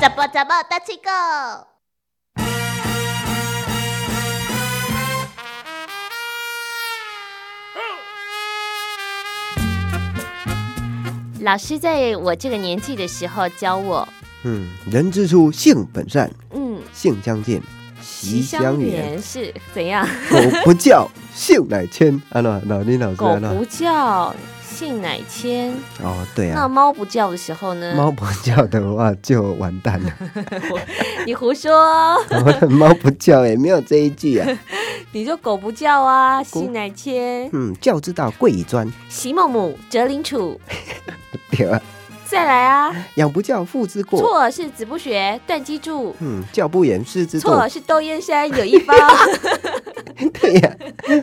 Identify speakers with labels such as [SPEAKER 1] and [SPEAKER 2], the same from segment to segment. [SPEAKER 1] 怎么怎么大七个？老师在我这个年纪的时候教我，
[SPEAKER 2] 嗯，人之初，性本善，
[SPEAKER 1] 嗯，
[SPEAKER 2] 性相近，习相远。
[SPEAKER 1] 远是啊怎样？
[SPEAKER 2] 狗不叫，性乃迁。 啊安娜，老林老师，
[SPEAKER 1] 狗
[SPEAKER 2] 安娜。
[SPEAKER 1] 不叫，性乃迁。
[SPEAKER 2] 哦，对
[SPEAKER 1] 那
[SPEAKER 2] 啊，
[SPEAKER 1] 猫不叫的时候呢？
[SPEAKER 2] 猫不叫的话就完蛋了。
[SPEAKER 1] 你胡说哦、
[SPEAKER 2] 我的猫不叫也没有这一 句啊。
[SPEAKER 1] 你就狗不叫啊，性乃迁。
[SPEAKER 2] 嗯，教之道，贵以专。
[SPEAKER 1] 席某某，折林楚。
[SPEAKER 2] 对啊，
[SPEAKER 1] 再来啊，
[SPEAKER 2] 养不教，父之过。
[SPEAKER 1] 错是子不学，断机杼。
[SPEAKER 2] 嗯，教不严，师之
[SPEAKER 1] 错
[SPEAKER 2] 惰。
[SPEAKER 1] 是窦燕山有一方。
[SPEAKER 2] 对呀、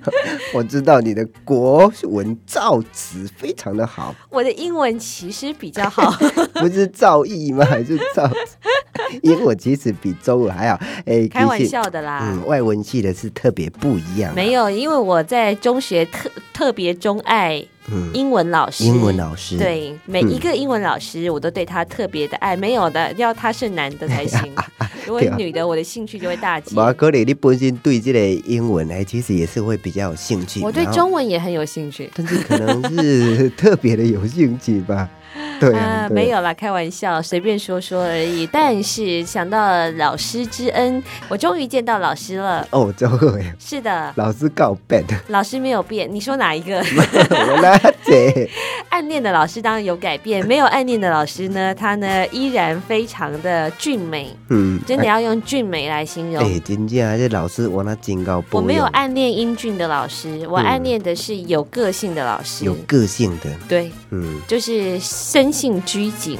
[SPEAKER 2] 我知道你的国文造词非常的好，
[SPEAKER 1] 我的英文其实比较好，
[SPEAKER 2] 不是造诣吗？还是造？ 因为我其实比周五还好。哎、
[SPEAKER 1] 开
[SPEAKER 2] 的
[SPEAKER 1] 玩
[SPEAKER 2] 确
[SPEAKER 1] 笑的啦。
[SPEAKER 2] 嗯，外文系的是特别不一样、
[SPEAKER 1] 啊
[SPEAKER 2] 啊
[SPEAKER 1] 没
[SPEAKER 2] 有，
[SPEAKER 1] 有，因为我在中学特特别钟爱
[SPEAKER 2] 嗯，
[SPEAKER 1] 英文老师，
[SPEAKER 2] 英文老师，嗯
[SPEAKER 1] 对每一个英文老师，我都对他特别的爱。没有的，要他是男的才 行，
[SPEAKER 2] 啊
[SPEAKER 1] 如果是女的，我的兴趣就会大减。
[SPEAKER 2] 马可里，你本身对这类英文哎，其实也是会比较有兴趣。
[SPEAKER 1] 我对
[SPEAKER 2] 然后，
[SPEAKER 1] 中文也很有兴趣。
[SPEAKER 2] 但是可能是特别的有兴趣 吧。对啊，对啊
[SPEAKER 1] 没有啦，开玩笑，随便说说而已。但是想到老师之恩，我终于见到老师了。
[SPEAKER 2] 哦，周伟
[SPEAKER 1] 是的，
[SPEAKER 2] 老师告 白的，
[SPEAKER 1] 老师没有变。你说哪一个？
[SPEAKER 2] 我拉姐，
[SPEAKER 1] 暗恋的老师当然有改变，没有暗恋的老师呢， 他呢依然非常的俊美，
[SPEAKER 2] 嗯，
[SPEAKER 1] 真的要用俊美来形容。
[SPEAKER 2] 哎、真正啊，这老师我那真高不
[SPEAKER 1] 我没有暗恋英俊的老师，我
[SPEAKER 2] 嗯
[SPEAKER 1] 暗恋的是有个性的老师
[SPEAKER 2] 有。个性的，
[SPEAKER 1] 对，
[SPEAKER 2] 嗯，
[SPEAKER 1] 就是生性拘谨。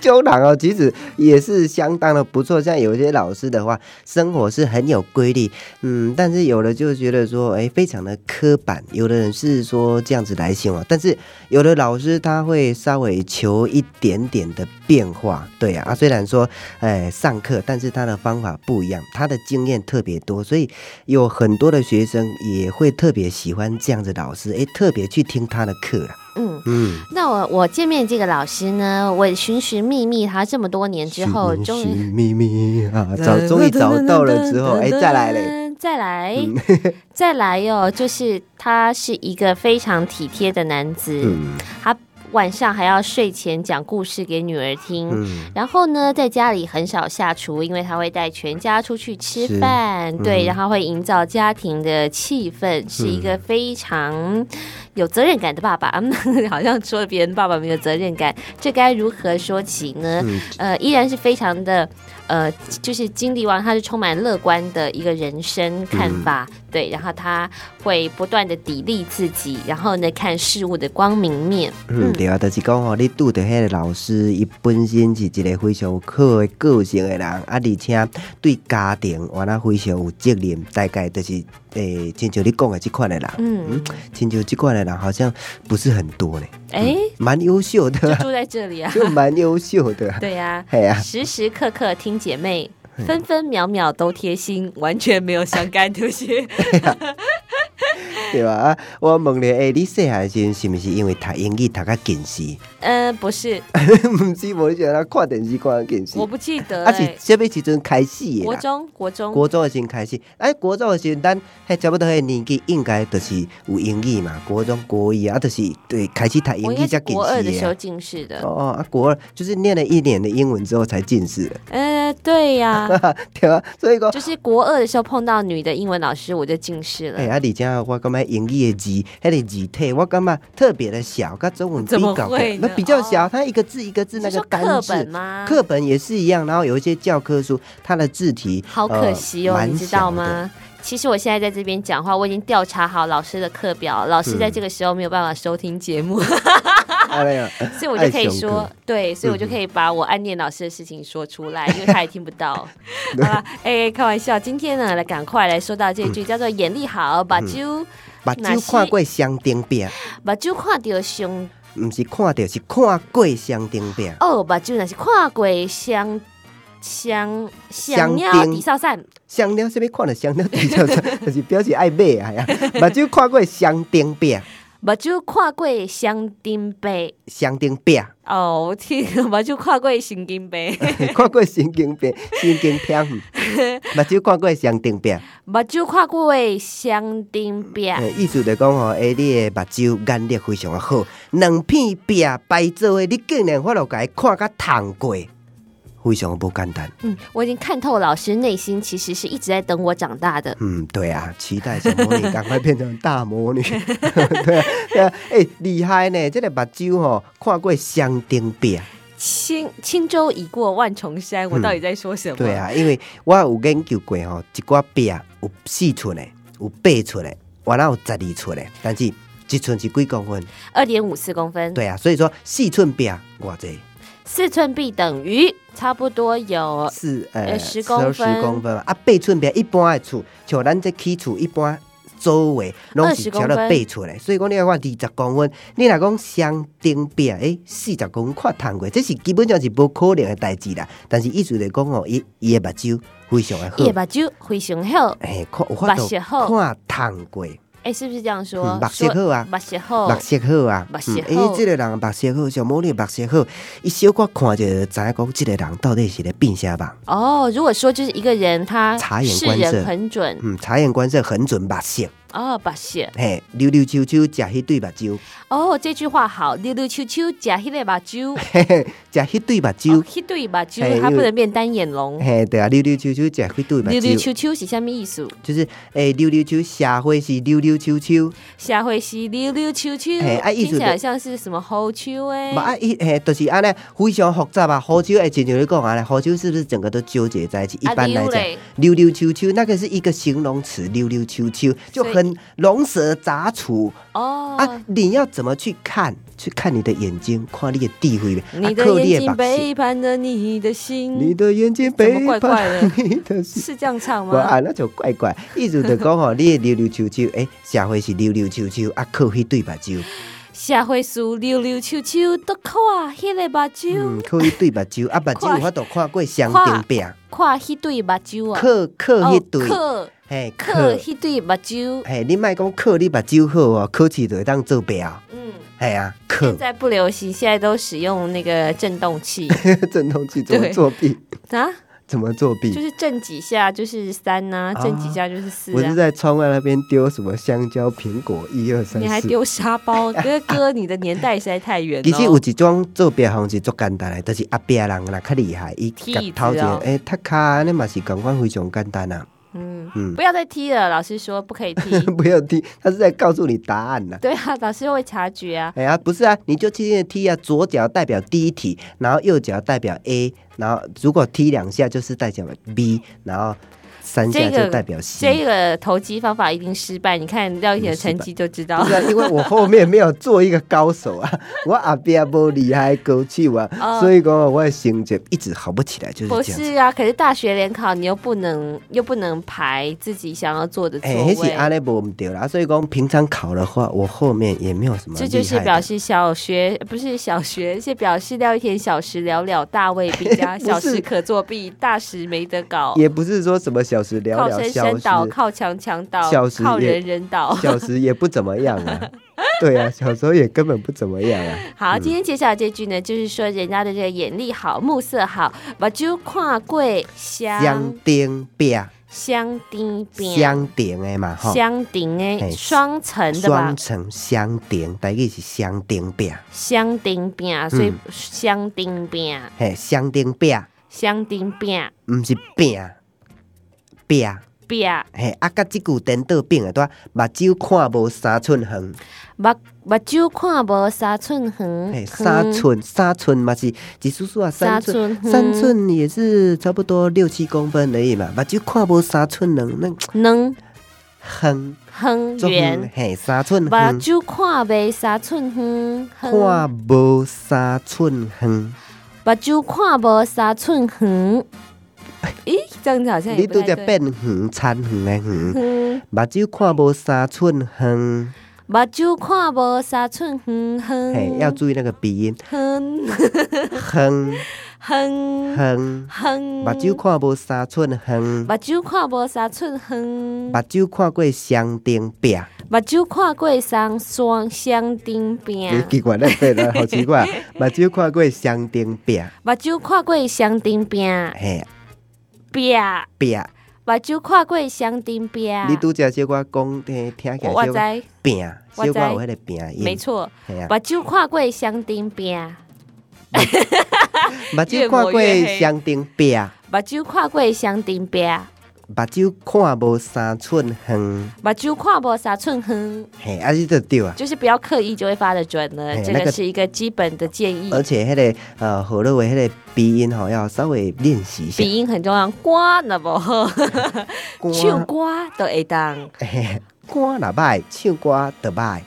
[SPEAKER 2] 这种人哦，其实也是相当的不错。像有一些老师的话，生活是很有规律，嗯，但是有的就觉得说，哎，非常的刻板。有的人是说这样子来形容，但是有的老师他会稍微求一点点的变化，对啊。啊虽然说，哎，上课，但是他的方法不一样，他的经验特别多，所以有很多的学生也会特别喜欢这样子的老师，哎，特别去听他的课啦。
[SPEAKER 1] 嗯，
[SPEAKER 2] 嗯，
[SPEAKER 1] 那我我见面这个老师呢，我寻寻觅觅他这么多年之后，
[SPEAKER 2] 寻
[SPEAKER 1] 终
[SPEAKER 2] 寻
[SPEAKER 1] 于
[SPEAKER 2] 觅觅啊，找终于找到了之后，哎，再来嘞。，嗯
[SPEAKER 1] 再来， 再来哟、就是他是一个非常体贴的男子，
[SPEAKER 2] 嗯
[SPEAKER 1] 他晚上还要睡前讲故事给女儿听。
[SPEAKER 2] 嗯，
[SPEAKER 1] 然后呢，在家里很少下厨，因为他会带全家出去吃
[SPEAKER 2] 是
[SPEAKER 1] 饭，对，
[SPEAKER 2] 嗯
[SPEAKER 1] 然后会营造家庭的气氛，是一个非常有责任感的爸爸。 嗯，好像说别人爸爸没有责任感，这该如何说起呢？
[SPEAKER 2] 嗯
[SPEAKER 1] 呃，依然是非常的。呃，就是经历完，他是充满乐观的一个人生看法，对，然后他会不断的砥砺自己，然后呢，看事物的光明面，
[SPEAKER 2] 嗯，对啊，就是讲吼，你拄着迄个老师，伊本身是一个非常有好的个性的人，啊，而且对家庭完啊非常有责任，大概就是诶，亲、像你讲的这款的人，
[SPEAKER 1] 嗯，
[SPEAKER 2] 亲像这款的人好像不是很多呢，
[SPEAKER 1] 哎、
[SPEAKER 2] 蛮优秀的、啊，
[SPEAKER 1] 住在这里 啊，
[SPEAKER 2] 就蛮优秀的、啊，
[SPEAKER 1] 对呀、
[SPEAKER 2] 嘿呀、啊，
[SPEAKER 1] 时时刻刻听姐妹，分分秒秒都贴心，完全没有相干，对不起。
[SPEAKER 2] 对吧？啊，我问你，诶、你细汉时是毋是因为读英语读较近视？
[SPEAKER 1] 呃，不是，
[SPEAKER 2] 毋是，无你想咱看电视看较近视
[SPEAKER 1] 我，不记得、
[SPEAKER 2] 啊是
[SPEAKER 1] 欸。
[SPEAKER 2] 啥物时阵开始的
[SPEAKER 1] 国
[SPEAKER 2] 啦？
[SPEAKER 1] 中，国中，
[SPEAKER 2] 国中的时候开始，哎，国中的时候，咱迄差不多迄年纪，应该就是有英语嘛，国中国一啊，就是对开始读
[SPEAKER 1] 我
[SPEAKER 2] 英
[SPEAKER 1] 应
[SPEAKER 2] 语
[SPEAKER 1] 该
[SPEAKER 2] 才
[SPEAKER 1] 是
[SPEAKER 2] 近
[SPEAKER 1] 国二的
[SPEAKER 2] 视
[SPEAKER 1] 时候
[SPEAKER 2] 的
[SPEAKER 1] 近视
[SPEAKER 2] 啊。
[SPEAKER 1] 的。
[SPEAKER 2] 哦哦，啊，国二就是念了一年的英文之后才近视 的，
[SPEAKER 1] 呃，对呀、
[SPEAKER 2] 对啊，所以 讲，
[SPEAKER 1] 就是国二的时候碰到女的英文老师，我就近视了。
[SPEAKER 2] 哎、啊，而且我感觉英语的字，迄、个字体，我感觉特别的小，跟中文比
[SPEAKER 1] 怎么
[SPEAKER 2] 较
[SPEAKER 1] 会呢
[SPEAKER 2] 那比较小，
[SPEAKER 1] 哦
[SPEAKER 2] 它一个字一个字那
[SPEAKER 1] 是
[SPEAKER 2] 个
[SPEAKER 1] 说
[SPEAKER 2] 单
[SPEAKER 1] 课
[SPEAKER 2] 字。
[SPEAKER 1] 本吗？
[SPEAKER 2] 课本也是一样，然后有一些教科书，它的字体
[SPEAKER 1] 好可惜哦，
[SPEAKER 2] 呃
[SPEAKER 1] 你知道？
[SPEAKER 2] 蛮小的
[SPEAKER 1] 吗？其实我现在在这边讲话，我已经调查好老师的课表，老师在
[SPEAKER 2] 嗯
[SPEAKER 1] 这个时候没有办法收听节 目，
[SPEAKER 2] 哎呀，
[SPEAKER 1] 所以我就可以
[SPEAKER 2] 爱
[SPEAKER 1] 说
[SPEAKER 2] 熊哥，
[SPEAKER 1] 对，所以我
[SPEAKER 2] 嗯
[SPEAKER 1] 就可以把我暗恋老师的事情说出来，因为他也听不 到。好吧，哎、开玩笑，今天呢，来赶快来说到这
[SPEAKER 2] 嗯
[SPEAKER 1] 句叫做“眼力好，把睭
[SPEAKER 2] 目
[SPEAKER 1] 哪
[SPEAKER 2] 睭
[SPEAKER 1] 是
[SPEAKER 2] 看过双顶壁。
[SPEAKER 1] 把睭看到胸
[SPEAKER 2] 毋是看到，是看过双顶壁。
[SPEAKER 1] 哦，把睭那是看过相想
[SPEAKER 2] 香
[SPEAKER 1] 想要
[SPEAKER 2] 槟
[SPEAKER 1] 抵少散，
[SPEAKER 2] 香料是要看到香料比较，就是表示爱买啊 哎呀，目睭看过香丁饼，
[SPEAKER 1] 目睭看过香槟杯。
[SPEAKER 2] 香丁饼，
[SPEAKER 1] 哦，天， 目睭看过神经病，
[SPEAKER 2] 看过神经病，神经病，嗯 目睭看过香丁饼，
[SPEAKER 1] 目睭看过香槟饼，
[SPEAKER 2] 呃意思就讲吼，诶，你的目睭眼力非常的好，两片饼摆做诶，你竟然法度甲伊看甲通过，非常不简单。
[SPEAKER 1] 嗯，我已经看透老师内心其实是一直在等我长大的。
[SPEAKER 2] 嗯，对啊，期待小魔女赶快变成大魔女。对啊，对啊，哎、厉害呢！这个目睭吼，看过香丁饼。
[SPEAKER 1] 轻轻舟已过万重山，我
[SPEAKER 2] 嗯
[SPEAKER 1] 到底在说什么？
[SPEAKER 2] 对，啊，因为我有研究过吼，一寡饼有四寸的，有八寸的，我那有十二寸的，但是一寸是几公分？
[SPEAKER 1] 二点五四公分，
[SPEAKER 2] 对啊，所以说四寸饼偌济，
[SPEAKER 1] 四寸臂等于差不多有
[SPEAKER 2] 四
[SPEAKER 1] 呃
[SPEAKER 2] 呃
[SPEAKER 1] 10公分
[SPEAKER 2] 十公分嘛啊，八寸饼一般的厝，像咱这起厝一般。周围拢是
[SPEAKER 1] 20公
[SPEAKER 2] 超了
[SPEAKER 1] 分
[SPEAKER 2] 八寸的，所以讲你要看二十公分，你若讲双顶饼，诶，哎四十公分看通过，这是基本上是无可能的代志啦。但是意思来讲哦，伊伊的目睭非常的好，
[SPEAKER 1] 夜把酒非常好。
[SPEAKER 2] 诶，看有法
[SPEAKER 1] 目
[SPEAKER 2] 度
[SPEAKER 1] 色好
[SPEAKER 2] 看通过。
[SPEAKER 1] 哎，是不是这样说
[SPEAKER 2] 嗯？目色好啊
[SPEAKER 1] 目色好
[SPEAKER 2] 目，色好啊，
[SPEAKER 1] 目色好
[SPEAKER 2] 嗯哎，即个人目色好，小魔女目色好，伊小可看者就知影讲，即个人到底是咧变啥吧？
[SPEAKER 1] 哦，如果说就是一个人他
[SPEAKER 2] 察言
[SPEAKER 1] 视
[SPEAKER 2] 观色
[SPEAKER 1] 人很准
[SPEAKER 2] 嗯，察言观色很准，目色，
[SPEAKER 1] 哦，把血
[SPEAKER 2] 嘿，溜溜秋秋食迄对目睭，
[SPEAKER 1] 哦，这句话好，溜溜秋秋假迄个把酒，
[SPEAKER 2] 嘿嘿，食迄对目睭
[SPEAKER 1] 哦，迄对把酒
[SPEAKER 2] 啊嘿，
[SPEAKER 1] 它
[SPEAKER 2] 因为
[SPEAKER 1] 不能变单眼龙。
[SPEAKER 2] 嘿，对啊，溜溜秋秋食迄对目
[SPEAKER 1] 哦溜溜
[SPEAKER 2] 睭，
[SPEAKER 1] 秋秋是啥物意思？
[SPEAKER 2] 就是诶，溜溜秋社会是溜溜秋秋，
[SPEAKER 1] 下回是溜溜秋秋
[SPEAKER 2] 嘿啊，意
[SPEAKER 1] 听
[SPEAKER 2] 思
[SPEAKER 1] 起
[SPEAKER 2] 就
[SPEAKER 1] 来像是什么后秋哎
[SPEAKER 2] 嘛。啊，伊嘿，就是安尼，非常复杂啊。好酒诶，亲像你讲啊安尼，好酒是不是整个都纠结在一起？一
[SPEAKER 1] 啊
[SPEAKER 2] 般来
[SPEAKER 1] 溜
[SPEAKER 2] 讲
[SPEAKER 1] 嘞，
[SPEAKER 2] 溜溜秋秋那个是一个形容词，溜溜秋秋就
[SPEAKER 1] 所以
[SPEAKER 2] 很龙蛇杂处
[SPEAKER 1] 哦，
[SPEAKER 2] 啊。你要怎么去看？去看你的眼睛，看你的地位，
[SPEAKER 1] 你
[SPEAKER 2] 啊靠
[SPEAKER 1] 的眼睛
[SPEAKER 2] 目色
[SPEAKER 1] 背叛了你的心，
[SPEAKER 2] 你的眼睛
[SPEAKER 1] 怎
[SPEAKER 2] 背
[SPEAKER 1] 么怪怪的
[SPEAKER 2] 叛 你的心。
[SPEAKER 1] 是这样唱
[SPEAKER 2] 我
[SPEAKER 1] 吗？
[SPEAKER 2] 啊，那就怪怪，意思就讲吼，你的溜溜秋秋，诶、社会是溜溜秋秋，啊，靠迄对目睭，
[SPEAKER 1] 下回书溜溜秋秋都看迄个目
[SPEAKER 2] 嗯，
[SPEAKER 1] 睭，
[SPEAKER 2] 靠迄对目睭， 啊，目睭有法度看过双顶饼，
[SPEAKER 1] 看迄对目睭啊，
[SPEAKER 2] 靠靠迄对，
[SPEAKER 1] 克
[SPEAKER 2] 嘿，靠，
[SPEAKER 1] 克迄对目睭，
[SPEAKER 2] 嘿，你莫讲靠你目睭好哦，考试就会当做表，
[SPEAKER 1] 嗯，
[SPEAKER 2] 嘿啊，靠
[SPEAKER 1] 现。在不流行，现在都使用那个震动器
[SPEAKER 2] 震动器怎么
[SPEAKER 1] 对
[SPEAKER 2] 作弊？
[SPEAKER 1] 啊，
[SPEAKER 2] 怎么作
[SPEAKER 1] 就
[SPEAKER 2] 弊？
[SPEAKER 1] 是震几下就是三呐，
[SPEAKER 2] 啊
[SPEAKER 1] 震几下就是四
[SPEAKER 2] 我是
[SPEAKER 1] 啊。
[SPEAKER 2] 在窗外那边丢什么香蕉、苹果，一二三
[SPEAKER 1] 你还
[SPEAKER 2] 四。
[SPEAKER 1] 丢沙包，哥哥，你的年代实在太远了。
[SPEAKER 2] 其实有一种做别方式足简单的，就是阿伯人啦较厉害，伊
[SPEAKER 1] 剃
[SPEAKER 2] 夹头一
[SPEAKER 1] 子
[SPEAKER 2] 个
[SPEAKER 1] 哦
[SPEAKER 2] 诶，踢骹安尼嘛是感觉非常简单啊。
[SPEAKER 1] 嗯
[SPEAKER 2] 嗯，
[SPEAKER 1] 不要再踢了，老师说不可以 踢。
[SPEAKER 2] 不要踢，他是在告诉你答案呐。
[SPEAKER 1] 对啊，老师会察觉 啊。
[SPEAKER 2] 哎呀，不是啊，你就轻轻的踢啊，左脚代表第一题，然后右脚代表 A，然后如果踢两下就是代表 B，然后三下
[SPEAKER 1] 这个
[SPEAKER 2] 就代表 C。
[SPEAKER 1] 这个投机方法一定失败，你看廖一婷的成绩就知道
[SPEAKER 2] 不。是、啊，因为我后面没有做一个高手啊， 我阿边不厉害勾起我，
[SPEAKER 1] 哦
[SPEAKER 2] 所以讲我的成绩一直好不起来，就是
[SPEAKER 1] 不
[SPEAKER 2] 这样子。
[SPEAKER 1] 是啊，可是大学联考你又不能又不能排自己想要做的座
[SPEAKER 2] 哎，迄
[SPEAKER 1] 位，
[SPEAKER 2] 是阿内不对啦，所以讲平常考的话，我后面也没有什么
[SPEAKER 1] 这
[SPEAKER 2] 厉害的。
[SPEAKER 1] 就是表示小学不是小学，是表示廖一天小时了了，大未必佳，
[SPEAKER 2] 不是
[SPEAKER 1] 小时可作弊，大时没得搞，
[SPEAKER 2] 也不是说什么小时了
[SPEAKER 1] 靠
[SPEAKER 2] 了，
[SPEAKER 1] 山
[SPEAKER 2] 小
[SPEAKER 1] 山
[SPEAKER 2] 时
[SPEAKER 1] 倒，靠墙墙倒
[SPEAKER 2] 小，时
[SPEAKER 1] 靠
[SPEAKER 2] 也
[SPEAKER 1] 人人倒。
[SPEAKER 2] 小时也不怎么样啊。 对啊，小时候也根本不怎么样啊。
[SPEAKER 1] 好，今天介绍的这句呢，就是说人家的这个眼力好，目色好，把酒跨过
[SPEAKER 2] 香
[SPEAKER 1] 香
[SPEAKER 2] 丁饼，
[SPEAKER 1] 香丁饼。
[SPEAKER 2] 香丁的嘛吼，
[SPEAKER 1] 香顶
[SPEAKER 2] 嘿
[SPEAKER 1] 诶，双层的吧
[SPEAKER 2] 双，层香丁，大概是香丁饼，
[SPEAKER 1] 香丁饼，所以
[SPEAKER 2] 嗯
[SPEAKER 1] 香丁饼，
[SPEAKER 2] 嘿，香丁饼。
[SPEAKER 1] 香丁饼
[SPEAKER 2] 毋是饼饼，
[SPEAKER 1] 饼，
[SPEAKER 2] 嘿，啊，甲即句颠倒饼的，拄啊目睭看无三寸远，
[SPEAKER 1] 目目睭看无三寸
[SPEAKER 2] 嘿，
[SPEAKER 1] 远，
[SPEAKER 2] 三
[SPEAKER 1] 远
[SPEAKER 2] 寸三寸嘛是一丝丝啊，
[SPEAKER 1] 三
[SPEAKER 2] 三寸
[SPEAKER 1] 寸
[SPEAKER 2] 三寸也是差不多六七公分而已嘛，目睭看无三寸远，那
[SPEAKER 1] 能
[SPEAKER 2] 远
[SPEAKER 1] 很
[SPEAKER 2] 足远嗯
[SPEAKER 1] 远，，
[SPEAKER 2] 嘿，三寸
[SPEAKER 1] 目
[SPEAKER 2] 远，
[SPEAKER 1] 睭看袂三寸远，远
[SPEAKER 2] 看无三寸远，
[SPEAKER 1] 目睭看无三寸 远。咦，这样子好像也
[SPEAKER 2] 你
[SPEAKER 1] 不
[SPEAKER 2] 拄
[SPEAKER 1] 太
[SPEAKER 2] 则
[SPEAKER 1] 对。
[SPEAKER 2] 变远，参远的远，
[SPEAKER 1] 嗯
[SPEAKER 2] 目睭看无三寸远，
[SPEAKER 1] 目睭看无三寸远，
[SPEAKER 2] 嘿，
[SPEAKER 1] 远
[SPEAKER 2] 要注意那个鼻音，
[SPEAKER 1] 远
[SPEAKER 2] 远
[SPEAKER 1] 哼
[SPEAKER 2] 哼，
[SPEAKER 1] 哼，
[SPEAKER 2] 目睭看无三寸哼，
[SPEAKER 1] 目睭看无三寸哼
[SPEAKER 2] 目，睭看过双顶壁，
[SPEAKER 1] 目睭看过双双双丁饼
[SPEAKER 2] 诶，奇怪，那对了，好 奇怪，目睭看过双顶壁，
[SPEAKER 1] 目睭看过双丁饼
[SPEAKER 2] 嘿，
[SPEAKER 1] 饼，
[SPEAKER 2] 壁，
[SPEAKER 1] 啊目睭看过双丁饼。
[SPEAKER 2] 你拄则小可讲，听听起
[SPEAKER 1] 我
[SPEAKER 2] 来
[SPEAKER 1] 我
[SPEAKER 2] 小
[SPEAKER 1] 知
[SPEAKER 2] 可，饼，
[SPEAKER 1] 我
[SPEAKER 2] 小可有
[SPEAKER 1] 知
[SPEAKER 2] 迄个饼音，
[SPEAKER 1] 没错，
[SPEAKER 2] 嘿啊
[SPEAKER 1] 目睭看过双丁饼，
[SPEAKER 2] 目睭
[SPEAKER 1] 越
[SPEAKER 2] 看
[SPEAKER 1] 抹
[SPEAKER 2] 过
[SPEAKER 1] 越黑
[SPEAKER 2] 双顶壁，
[SPEAKER 1] 目睭看过双丁饼，
[SPEAKER 2] 目睭看无三寸哼，
[SPEAKER 1] 目睭看无三寸哼，
[SPEAKER 2] 嘿，啊，你就对啊。
[SPEAKER 1] 就是不要刻意就会发的准了
[SPEAKER 2] 嘿。
[SPEAKER 1] 这
[SPEAKER 2] 哎那
[SPEAKER 1] 个
[SPEAKER 2] 个
[SPEAKER 1] 是一个基本的建议，
[SPEAKER 2] 而且迄、个呃，河洛的迄个鼻音吼、要稍微练习一下。
[SPEAKER 1] 鼻音很重要。瓜那不 好，
[SPEAKER 2] 歌
[SPEAKER 1] 唱歌都会当。
[SPEAKER 2] 嘿嘿歌若歹，唱歌就歹。